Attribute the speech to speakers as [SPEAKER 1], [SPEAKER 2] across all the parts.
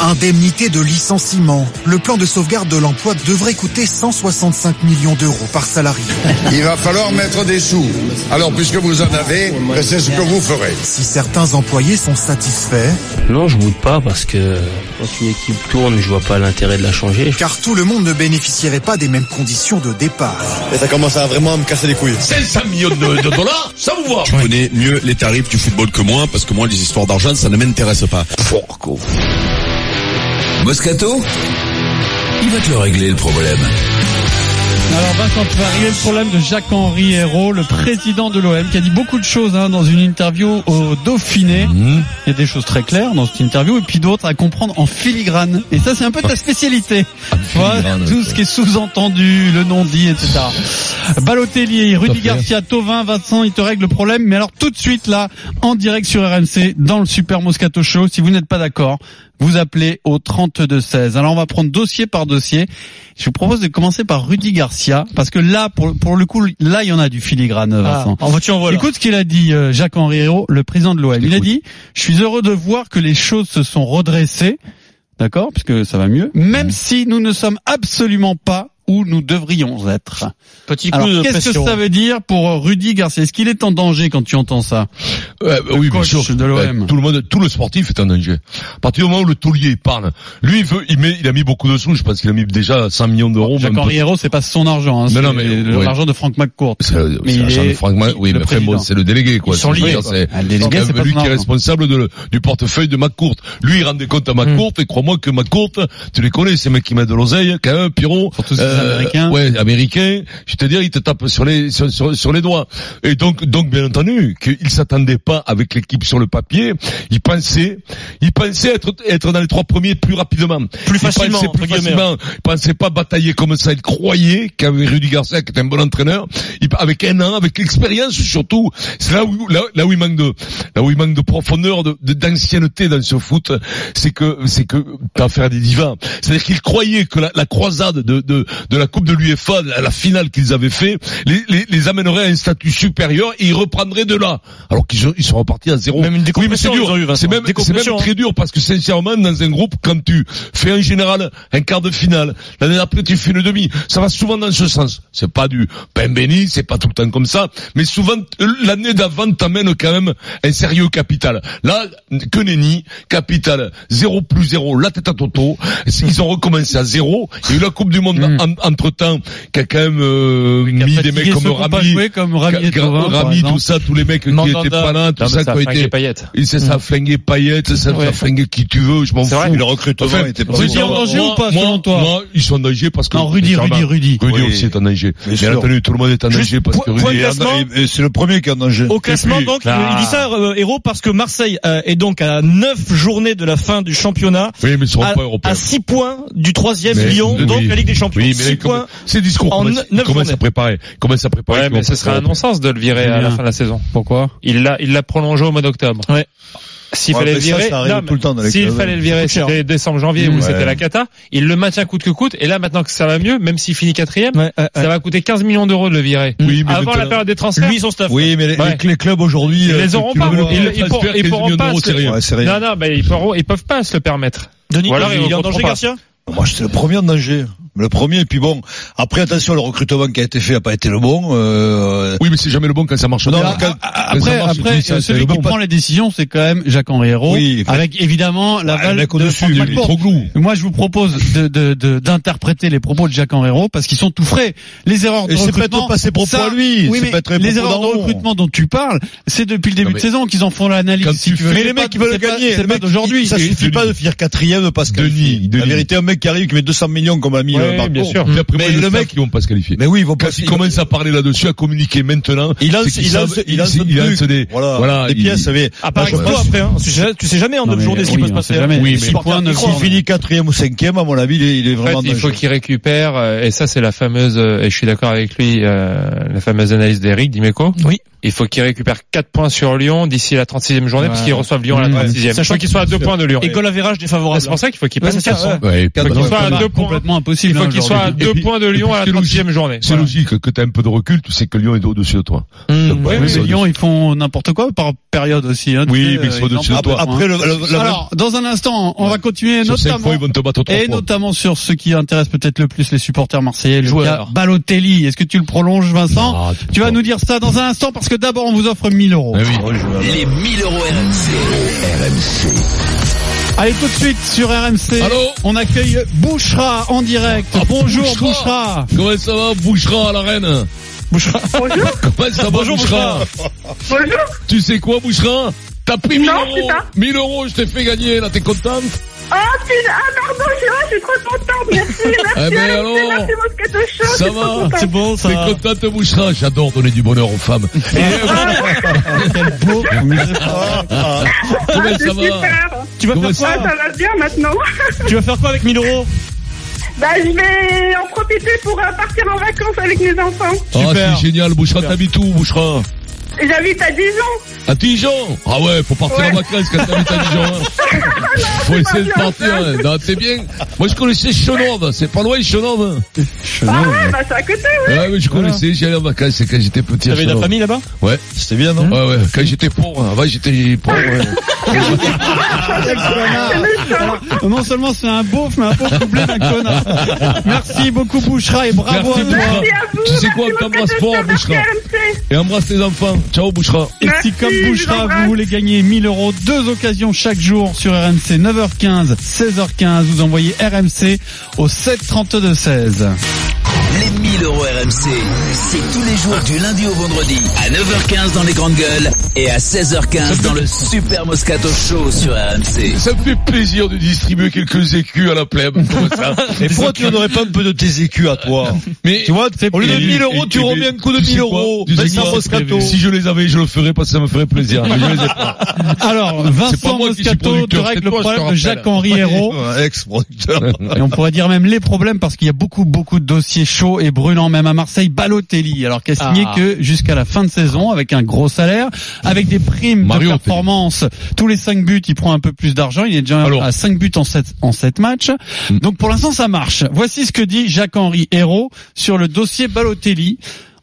[SPEAKER 1] Indemnité de licenciement. Le plan de sauvegarde de l'emploi devrait coûter 165 millions d'euros par salarié.
[SPEAKER 2] Il va falloir mettre des sous. Alors, puisque vous en avez, c'est ce que vous ferez.
[SPEAKER 1] Si certains employés sont satisfaits,
[SPEAKER 3] Non, je boude pas parce que quand une équipe tourne, je vois pas l'intérêt de la changer.
[SPEAKER 1] car tout le monde ne bénéficierait pas des mêmes conditions de départ.
[SPEAKER 4] Et ça commence à vraiment me casser les couilles.
[SPEAKER 5] 500 millions de, de dollars, ça vous voit.
[SPEAKER 6] Tu connais mieux les tarifs du football que moi, parce que moi, les histoires d'argent, ça ne m'intéresse pas.
[SPEAKER 7] Moscato Il va te le régler le problème.
[SPEAKER 8] Alors Vincent, tu vas régler le problème de Jacques-Henri Hérault, le président de l'OM, qui a dit beaucoup de choses hein, dans une interview au Dauphiné. Il y a des choses très claires dans cette interview et puis d'autres à comprendre en filigrane. Et ça, c'est un peu ta spécialité. Tu vois, tout ce qui est sous-entendu, le non-dit, etc. Balotelli, Rudy Garcia, Tovin, Vincent, il te règle le problème. Mais alors tout de suite, là, en direct sur RMC, dans le Super Moscato Show, si vous n'êtes pas d'accord, vous appelez au 32-16. Alors on va prendre dossier par dossier. Je vous propose de commencer par Rudy Garcia, parce que là, pour, pour le coup, là, il y en a du filigrane, Vincent.
[SPEAKER 5] En voiture, voilà.
[SPEAKER 8] Écoute ce qu'il a dit euh, Jacques-Henri Hérault, le président de l'OM. Il a dit, je suis heureux de voir que les choses se sont redressées, d'accord, puisque ça va mieux, Mmh. même si nous ne sommes absolument pas où nous devrions être.
[SPEAKER 5] petit coup
[SPEAKER 8] Alors,
[SPEAKER 5] de
[SPEAKER 8] qu'est-ce que
[SPEAKER 5] pression.
[SPEAKER 8] ça veut dire pour euh, Rudy Garcia Est-ce qu'il est en danger quand tu entends ça
[SPEAKER 9] Euh, oui, bien
[SPEAKER 8] coach
[SPEAKER 9] sûr.
[SPEAKER 8] de l'OM.
[SPEAKER 9] Euh, tout le monde, tout le sportif est en danger. À partir du moment où le taulier parle, lui, il veut, il met, il a mis beaucoup de sous. Je pense qu'il a mis déjà 100 millions d'euros. même
[SPEAKER 8] Jacques-Henri
[SPEAKER 9] peut-
[SPEAKER 8] Hérault, c'est pas son argent, hein,
[SPEAKER 9] Non,
[SPEAKER 8] c'est
[SPEAKER 9] non, mais-
[SPEAKER 8] le-
[SPEAKER 9] oui.
[SPEAKER 8] l'argent de Franck McCourt.
[SPEAKER 9] C'est
[SPEAKER 8] Mais
[SPEAKER 9] le- euh, c'est
[SPEAKER 8] il
[SPEAKER 9] l'argent de
[SPEAKER 8] est-
[SPEAKER 9] Franck Ma- oui,
[SPEAKER 8] le
[SPEAKER 9] mais après, bon,
[SPEAKER 8] président.
[SPEAKER 9] c'est le délégué, quoi.
[SPEAKER 5] Ils sont
[SPEAKER 9] Je veux
[SPEAKER 5] liés,
[SPEAKER 9] dire,
[SPEAKER 8] quoi.
[SPEAKER 9] c'est
[SPEAKER 8] Ah, le délégué,
[SPEAKER 9] c'est
[SPEAKER 8] c'est pas
[SPEAKER 9] quand même lui
[SPEAKER 8] son
[SPEAKER 9] qui est
[SPEAKER 8] argent.
[SPEAKER 9] responsable de le- du portefeuille de McCourt. Lui, il rend des comptes à McCourt,
[SPEAKER 8] Hmm.
[SPEAKER 9] et crois-moi que McCourt, tu les connais, ces mecs qui mettent de l'oseille, quand même, Pierrot. euh,
[SPEAKER 8] Surtout ces Américains.
[SPEAKER 9] Ouais, américains. Je te dire, ils te tapent sur les, sur, sur, sur les doigts. Et donc, donc, bien entendu, qu'ils s'attendaient pas avec l'équipe sur le papier. Ils pensaient, ils pensaient être, être dans les trois premiers plus rapidement.
[SPEAKER 5] Plus
[SPEAKER 9] Ils pensaient
[SPEAKER 5] facilement, entre
[SPEAKER 9] plus
[SPEAKER 5] guillemets.
[SPEAKER 9] facilement non, hein. il pensait pas batailler comme ça. Il croyait qu'avec Rudy Garcia, qui est un bon entraîneur, il- avec un an, avec l'expérience surtout, c'est là où, là, là où il manque de, là où il manque de profondeur, de, de- d'ancienneté dans ce foot, c'est que, c'est que, t'as affaire à des divins. C'est-à-dire qu'il croyait que la, la croisade de, de, de la Coupe de l'UEFA, la, la finale qu'ils avaient fait, les, les, les amènerait à un statut supérieur et ils reprendraient de là. Alors qu'ils ont- ils sont repartis à zéro.
[SPEAKER 5] Même une
[SPEAKER 9] Oui, mais c'est
[SPEAKER 5] décompression,
[SPEAKER 9] dur.
[SPEAKER 5] ils ont eu, Vincent.
[SPEAKER 9] C'est même, c'est même
[SPEAKER 5] Décompression, hein.
[SPEAKER 9] très dur parce que sincèrement, dans un groupe, quand tu fais en général un quart de finale, l'année après tu fais une demi, ça va souvent dans ce sens. C'est pas du pain béni, c'est pas tout le temps comme ça, mais souvent euh, l'année d'avant t'amène quand même un sérieux capital. Là, que nenni, capital 0 plus 0, la tête à Toto. Ils ont recommencé à zéro. Il y a eu la Coupe du Monde
[SPEAKER 5] Mm.
[SPEAKER 9] entre temps qui a quand même euh, mis des mecs comme
[SPEAKER 5] hein.
[SPEAKER 9] Rami.
[SPEAKER 8] Joué comme Rami, et
[SPEAKER 9] Gra-
[SPEAKER 8] Thauvin, par
[SPEAKER 9] Rami,
[SPEAKER 8] exemple.
[SPEAKER 9] tout ça, tous les mecs qui étaient pas là, tout ça, qui ont été, et c'est ça, flinguer Payette, ça, ça flinguer qui tu veux, je m'en fous.
[SPEAKER 6] Le recrutement
[SPEAKER 9] Enfin,
[SPEAKER 6] était pas
[SPEAKER 8] Rudy
[SPEAKER 9] Moi,
[SPEAKER 8] en danger
[SPEAKER 9] moi,
[SPEAKER 8] ou pas,
[SPEAKER 9] moi,
[SPEAKER 8] selon toi
[SPEAKER 9] Moi, ils sont en danger parce que...
[SPEAKER 8] Non, Rudy, Rudy, Rudy.
[SPEAKER 9] Rudy
[SPEAKER 6] Oui.
[SPEAKER 9] aussi est en danger.
[SPEAKER 6] Bien
[SPEAKER 9] Bien
[SPEAKER 6] sûr.
[SPEAKER 9] entendu, tout le monde est en
[SPEAKER 5] Juste
[SPEAKER 9] danger parce que
[SPEAKER 5] point- point
[SPEAKER 9] Rudy...
[SPEAKER 5] de classement.
[SPEAKER 6] Et c'est le premier qui est en danger.
[SPEAKER 5] Au classement,
[SPEAKER 9] plus.
[SPEAKER 5] donc,
[SPEAKER 9] Ah.
[SPEAKER 5] il dit ça, euh, héros, parce que Marseille euh, est donc à 9 journées de la fin du championnat,
[SPEAKER 9] Oui, mais ils seront
[SPEAKER 5] à,
[SPEAKER 9] pas européens.
[SPEAKER 5] à 6 points du troisième
[SPEAKER 9] Mais-
[SPEAKER 5] Lyon,
[SPEAKER 9] oui.
[SPEAKER 5] donc la Ligue des Champions.
[SPEAKER 9] Oui, mais
[SPEAKER 5] 6
[SPEAKER 9] là, ils commen-
[SPEAKER 5] points.
[SPEAKER 9] ces discours
[SPEAKER 5] en
[SPEAKER 9] commencent,
[SPEAKER 5] neuf
[SPEAKER 9] ils commencent à
[SPEAKER 5] journées.
[SPEAKER 9] préparer. Ils commencent à préparer.
[SPEAKER 10] Ouais,
[SPEAKER 9] qu'ils vont
[SPEAKER 10] mais ce
[SPEAKER 9] pas
[SPEAKER 10] serait un
[SPEAKER 9] faire.
[SPEAKER 10] non-sens de le virer à la
[SPEAKER 8] Julien.
[SPEAKER 10] fin de la saison.
[SPEAKER 8] Pourquoi
[SPEAKER 10] Il l'a, il l'a prolongé au mois d'octobre.
[SPEAKER 5] Ouais.
[SPEAKER 10] S'il
[SPEAKER 6] Ouais,
[SPEAKER 10] fallait
[SPEAKER 6] mais
[SPEAKER 10] le
[SPEAKER 6] ça, ça
[SPEAKER 10] virer,
[SPEAKER 6] arrive
[SPEAKER 10] non, mais
[SPEAKER 6] tout le temps dans les
[SPEAKER 10] s'il
[SPEAKER 6] clubs.
[SPEAKER 10] fallait le virer,
[SPEAKER 5] Coûte cher.
[SPEAKER 10] c'était décembre, janvier, où
[SPEAKER 6] Ouais.
[SPEAKER 10] c'était la cata. Il le maintient coûte que coûte. Et là, maintenant que ça va mieux, même s'il finit quatrième,
[SPEAKER 5] Ouais, ouais,
[SPEAKER 10] ça va coûter 15 millions d'euros de le virer.
[SPEAKER 9] Oui, mais
[SPEAKER 10] Avant
[SPEAKER 9] maintenant-
[SPEAKER 10] la période des transferts.
[SPEAKER 5] Lui, et son staff.
[SPEAKER 6] Oui, mais les,
[SPEAKER 10] Ouais.
[SPEAKER 6] les clubs aujourd'hui,
[SPEAKER 10] Ils
[SPEAKER 6] euh,
[SPEAKER 10] les
[SPEAKER 6] tu-
[SPEAKER 10] auront
[SPEAKER 6] tu
[SPEAKER 10] pas. hein.
[SPEAKER 6] le vois-
[SPEAKER 10] Ils, ils
[SPEAKER 9] transfert
[SPEAKER 10] pour-
[SPEAKER 9] qui est
[SPEAKER 10] ils pourront
[SPEAKER 9] millions
[SPEAKER 10] pas.
[SPEAKER 9] d'euros,
[SPEAKER 10] se-
[SPEAKER 9] c'est rien.
[SPEAKER 6] Ouais, c'est
[SPEAKER 10] Non,
[SPEAKER 6] rien.
[SPEAKER 10] non, bah, ils pourront- ils peuvent pas se le permettre.
[SPEAKER 5] Denis,
[SPEAKER 10] Ou alors,
[SPEAKER 5] il
[SPEAKER 10] il
[SPEAKER 5] est en
[SPEAKER 10] comprend
[SPEAKER 5] danger,
[SPEAKER 10] pas.
[SPEAKER 5] Garcia
[SPEAKER 6] Moi, c'est le premier en danger. Le premier, et puis bon. Après, attention, le recrutement qui a été fait n'a pas été le bon. Euh...
[SPEAKER 9] Oui, mais c'est jamais le bon quand ça marche
[SPEAKER 6] Non,
[SPEAKER 9] pas.
[SPEAKER 6] mais quand-
[SPEAKER 9] ça
[SPEAKER 8] Ah, Après,
[SPEAKER 9] marche,
[SPEAKER 8] après
[SPEAKER 9] oui, ça,
[SPEAKER 8] euh,
[SPEAKER 9] c'est
[SPEAKER 8] celui
[SPEAKER 9] le
[SPEAKER 8] qui
[SPEAKER 9] bon.
[SPEAKER 8] prend les décisions, c'est quand même Jacques-Henri Hérault,
[SPEAKER 6] Oui, enfin-
[SPEAKER 8] avec évidemment
[SPEAKER 6] Ah, le
[SPEAKER 8] l'aval
[SPEAKER 6] mec
[SPEAKER 8] de
[SPEAKER 6] au-dessus,
[SPEAKER 8] Franck
[SPEAKER 6] il est
[SPEAKER 8] McCourt.
[SPEAKER 9] trop glou.
[SPEAKER 8] Moi, je vous propose de- de- de- d'interpréter les propos de Jacques-Henri Hérault parce qu'ils sont tout frais. Les erreurs de
[SPEAKER 6] Et c'est
[SPEAKER 8] recrutement,
[SPEAKER 6] peut-être pas ses propos
[SPEAKER 8] ça-
[SPEAKER 6] à lui,
[SPEAKER 8] oui,
[SPEAKER 6] c'est
[SPEAKER 8] mais
[SPEAKER 6] peut-être les
[SPEAKER 8] les
[SPEAKER 6] propos
[SPEAKER 8] erreurs de
[SPEAKER 6] d'Aaron.
[SPEAKER 8] recrutement dont tu parles, c'est depuis le début
[SPEAKER 9] Non,
[SPEAKER 8] de
[SPEAKER 9] mais-
[SPEAKER 8] saison qu'ils en font l'analyse.
[SPEAKER 9] Quand
[SPEAKER 8] si
[SPEAKER 9] tu
[SPEAKER 8] tu veux.
[SPEAKER 9] fais-
[SPEAKER 6] Mais les
[SPEAKER 8] C'est
[SPEAKER 6] mecs,
[SPEAKER 8] pas-
[SPEAKER 6] ils veulent
[SPEAKER 8] c'est pas-
[SPEAKER 6] gagner.
[SPEAKER 8] C'est
[SPEAKER 6] Les
[SPEAKER 8] pas
[SPEAKER 6] mecs,
[SPEAKER 8] d'aujourd'hui.
[SPEAKER 6] Ça
[SPEAKER 9] Et-
[SPEAKER 6] suffit
[SPEAKER 9] Denis.
[SPEAKER 6] pas de finir quatrième de Pascal.
[SPEAKER 9] Denis, Denis.
[SPEAKER 6] La vérité, un mec qui arrive, qui met 200 millions, comme a mis
[SPEAKER 10] Ouais,
[SPEAKER 6] euh, Marco.
[SPEAKER 10] bien sûr.
[SPEAKER 9] Puis après, moi,
[SPEAKER 6] Mais
[SPEAKER 9] je
[SPEAKER 6] le
[SPEAKER 9] sais
[SPEAKER 6] mec-
[SPEAKER 9] qu'ils vont pas se qualifier.
[SPEAKER 6] Mais oui, ils vont pas.
[SPEAKER 9] Quand il commence à parler là-dessus, à communiquer maintenant,
[SPEAKER 6] Il
[SPEAKER 9] c'est
[SPEAKER 6] lance,
[SPEAKER 9] qu'ils
[SPEAKER 6] il lance,
[SPEAKER 9] savent-
[SPEAKER 6] il lance,
[SPEAKER 9] il- il lance
[SPEAKER 6] des,
[SPEAKER 9] des-
[SPEAKER 6] voilà,
[SPEAKER 9] voilà,
[SPEAKER 6] des
[SPEAKER 9] il-
[SPEAKER 6] Ah,
[SPEAKER 9] Ah,
[SPEAKER 6] pièces. mais
[SPEAKER 5] À part
[SPEAKER 6] moi, je
[SPEAKER 5] avec toi,
[SPEAKER 6] pense-
[SPEAKER 5] après, hein. Tu sais- tu sais jamais en
[SPEAKER 8] Non,
[SPEAKER 5] 9
[SPEAKER 8] mais
[SPEAKER 5] journées ce qui
[SPEAKER 8] oui,
[SPEAKER 5] peut se
[SPEAKER 8] on sait
[SPEAKER 5] passer.
[SPEAKER 8] jamais.
[SPEAKER 5] hein.
[SPEAKER 8] Oui,
[SPEAKER 5] Les
[SPEAKER 8] mais-
[SPEAKER 5] supporters
[SPEAKER 8] Point
[SPEAKER 5] qui
[SPEAKER 8] ne
[SPEAKER 5] croient,
[SPEAKER 6] S'il
[SPEAKER 8] Ouais.
[SPEAKER 6] finit quatrième ou cinquième, à mon avis, il est, il est
[SPEAKER 10] En
[SPEAKER 6] vraiment
[SPEAKER 10] fait, il faut
[SPEAKER 6] dangereux.
[SPEAKER 10] qu'il récupère, euh, et ça c'est la fameuse, euh, et je suis d'accord avec lui, euh, la fameuse analyse d'Eric Dimeco.
[SPEAKER 5] Oui.
[SPEAKER 10] Il faut qu'ils récupèrent 4 points sur Lyon d'ici la 36e journée,
[SPEAKER 8] Ouais.
[SPEAKER 10] parce qu'ils reçoivent Lyon à la
[SPEAKER 8] Mmh.
[SPEAKER 10] 36e.
[SPEAKER 5] Sachant
[SPEAKER 10] Sachant qu'ils soient à 2 points de Lyon.
[SPEAKER 5] Et goal average défavorable. hein.
[SPEAKER 10] C'est pour ça qu'il faut qu'ils
[SPEAKER 5] Ouais,
[SPEAKER 10] passent
[SPEAKER 5] c'est ça,
[SPEAKER 10] 400.
[SPEAKER 5] ouais.
[SPEAKER 9] Ouais, Bah,
[SPEAKER 10] Il faut qu'ils
[SPEAKER 9] quatre-
[SPEAKER 10] soient à
[SPEAKER 8] Complètement-
[SPEAKER 10] 2 points.
[SPEAKER 8] bah, complètement impossible.
[SPEAKER 10] Il faut
[SPEAKER 8] hein,
[SPEAKER 10] qu'ils soient à
[SPEAKER 8] aujourd'hui.
[SPEAKER 10] 2
[SPEAKER 9] Et puis-
[SPEAKER 10] points de Lyon à la
[SPEAKER 9] c'est
[SPEAKER 10] 30e journée.
[SPEAKER 9] C'est logique que t'as un peu de recul, tu sais que Lyon est au-dessus de toi.
[SPEAKER 8] Mmh,
[SPEAKER 9] Ouais,
[SPEAKER 8] ouais,
[SPEAKER 9] mais
[SPEAKER 8] mais
[SPEAKER 9] c'est
[SPEAKER 8] Lyon, ils font n'importe quoi par période aussi. hein, tu
[SPEAKER 9] Oui,
[SPEAKER 8] sais,
[SPEAKER 9] mais ils sont
[SPEAKER 8] euh,
[SPEAKER 9] au-dessus de
[SPEAKER 8] n'en
[SPEAKER 9] toi.
[SPEAKER 8] parlent pas,
[SPEAKER 6] Après,
[SPEAKER 8] hein.
[SPEAKER 6] le, le- le-
[SPEAKER 8] Alors, dans un instant, on va continuer
[SPEAKER 9] Sur cinq
[SPEAKER 8] notamment
[SPEAKER 9] fois, ils vont te battre trois
[SPEAKER 8] et
[SPEAKER 9] fois.
[SPEAKER 8] notamment sur ce qui intéresse peut-être le plus les supporters marseillais, le cas
[SPEAKER 10] Joueurs.
[SPEAKER 8] Balotelli. Est-ce que tu le prolonges, Vincent
[SPEAKER 9] Ah, tu
[SPEAKER 8] Tu
[SPEAKER 9] peux
[SPEAKER 8] vas
[SPEAKER 9] pas.
[SPEAKER 8] nous dire ça dans un instant parce que d'abord on vous offre 1000 euros.
[SPEAKER 9] Ah oui.
[SPEAKER 7] Les 1000 euros RMC.
[SPEAKER 8] Allez tout de suite sur RMC.
[SPEAKER 9] Allô
[SPEAKER 8] on accueille Bouchra en direct.
[SPEAKER 9] Ah,
[SPEAKER 8] Bonjour
[SPEAKER 9] Bouchra.
[SPEAKER 8] Bouchra.
[SPEAKER 9] Comment ça va, Bouchera à la reine
[SPEAKER 8] Bouchra.
[SPEAKER 9] Comment ça va,
[SPEAKER 8] Bonjour,
[SPEAKER 9] Bouchera
[SPEAKER 11] Bonjour.
[SPEAKER 9] Tu sais quoi, Bouchera T'as pris 1000
[SPEAKER 11] Non,
[SPEAKER 9] euros
[SPEAKER 11] c'est ça.
[SPEAKER 9] 1000 euros, je t'ai fait gagner, là, t'es contente
[SPEAKER 11] Ah, putain, ah, pardon, c'est vrai, je suis trop contente. Merci, merci,
[SPEAKER 9] Eh ben
[SPEAKER 11] Alexis,
[SPEAKER 9] alors.
[SPEAKER 11] merci, Moscato Show. je
[SPEAKER 9] Ça
[SPEAKER 11] suis trop
[SPEAKER 9] va
[SPEAKER 11] contente.
[SPEAKER 5] C'est bon, ça. Ah,
[SPEAKER 9] T'es contente, Bouchera J'adore donner du bonheur aux femmes. Et, euh,
[SPEAKER 8] Quel beau.
[SPEAKER 9] Comment
[SPEAKER 11] Ah, c'est
[SPEAKER 9] ça va
[SPEAKER 11] super.
[SPEAKER 5] Tu vas
[SPEAKER 9] Comment
[SPEAKER 5] faire
[SPEAKER 11] Ah,
[SPEAKER 5] quoi
[SPEAKER 11] ça va bien maintenant.
[SPEAKER 5] Tu vas faire quoi avec 1000 euros
[SPEAKER 11] Bah, je vais en profiter pour euh, partir en vacances avec mes enfants.
[SPEAKER 9] Ah,
[SPEAKER 5] Super.
[SPEAKER 9] c'est génial, Bouchera, t'habites où, Bouchera
[SPEAKER 11] J'habite à Dijon.
[SPEAKER 9] À Dijon Ah ouais, faut partir
[SPEAKER 11] Ouais.
[SPEAKER 9] en vacances quand t'habites à Dijon. hein. faut essayer de
[SPEAKER 11] pas
[SPEAKER 9] partir, hein. Non, c'est bien. Moi, je connaissais Chenove, c'est pas loin, hein. Chenove.
[SPEAKER 11] Ah ouais, bah, c'est à côté, oui.
[SPEAKER 9] Ouais, mais je connaissais, j'y allais en vacances c'est quand j'étais petit. à
[SPEAKER 5] T'avais de la
[SPEAKER 9] Chenove.
[SPEAKER 5] famille là-bas
[SPEAKER 9] Ouais. Ah, C'était bien, non Ouais, ouais. Quand j'étais pauvre, hein. avant j'étais pauvre. ouais.
[SPEAKER 8] non seulement c'est un beauf, mais un beauf doublé d'un connard. Merci beaucoup Bouchra et bravo à
[SPEAKER 9] Merci,
[SPEAKER 8] toi.
[SPEAKER 9] Bouchra.
[SPEAKER 11] Merci à vous.
[SPEAKER 9] Tu sais quoi,
[SPEAKER 11] merci, Moscato
[SPEAKER 9] t'embrasses fort,
[SPEAKER 11] Show, merci,
[SPEAKER 9] Bouchra.
[SPEAKER 11] RMC.
[SPEAKER 9] Et embrasse les enfants. Ciao, Bouchera.
[SPEAKER 8] Et si
[SPEAKER 11] Merci,
[SPEAKER 8] comme
[SPEAKER 11] je vous
[SPEAKER 8] Bouchra,
[SPEAKER 11] embrasse.
[SPEAKER 8] vous voulez gagner 1000 euros, deux occasions chaque jour sur RMC, 9h15, 16h15, vous envoyez RMC au 732-16.
[SPEAKER 7] Les 1000 euros RMC, c'est tous les jours du lundi au vendredi à 9h15 dans les grandes gueules et à 16h15 dans le Super Moscato Show sur RMC.
[SPEAKER 9] Ça me fait plaisir de distribuer quelques écus à la plèbe. comme ça.
[SPEAKER 6] et pourquoi tu donnerais pas un peu de tes écus à toi
[SPEAKER 9] Mais
[SPEAKER 6] Tu vois, au lieu de
[SPEAKER 9] Et-
[SPEAKER 6] 1000 euros,
[SPEAKER 9] et-
[SPEAKER 6] tu
[SPEAKER 9] et-
[SPEAKER 6] remets un coup de
[SPEAKER 9] tu sais
[SPEAKER 6] 1000
[SPEAKER 9] quoi
[SPEAKER 6] euros.
[SPEAKER 9] Tu sais
[SPEAKER 6] Vincent
[SPEAKER 9] quoi
[SPEAKER 6] Moscato.
[SPEAKER 9] Si je les avais, je le ferais parce que ça me ferait plaisir. Mais je les ai pas.
[SPEAKER 8] Alors,
[SPEAKER 9] C'est pas
[SPEAKER 8] Vincent
[SPEAKER 9] moi qui suis
[SPEAKER 8] Moscato te
[SPEAKER 9] producteur, c'est
[SPEAKER 8] règle le
[SPEAKER 9] toi, je te
[SPEAKER 8] problème de
[SPEAKER 9] rappelle.
[SPEAKER 8] Jacques-Henri Hérault.
[SPEAKER 6] Ouais, Ex-producteur.
[SPEAKER 8] Et on pourrait dire même les problèmes parce qu'il y a beaucoup beaucoup de dossiers chauds et brûlants même à Marseille. Balotelli, alors qui a signé
[SPEAKER 10] Ah.
[SPEAKER 8] que jusqu'à la fin de saison avec un gros salaire, avec des primes
[SPEAKER 9] Mario
[SPEAKER 8] de performance. Tous les cinq buts, il prend un peu plus d'argent. Il est déjà
[SPEAKER 9] Alors. Mm.
[SPEAKER 8] à 5 buts en 7 en sept matchs. Donc pour l'instant ça marche. Voici ce que dit Jacques-Henri Hérault sur le dossier Balotelli.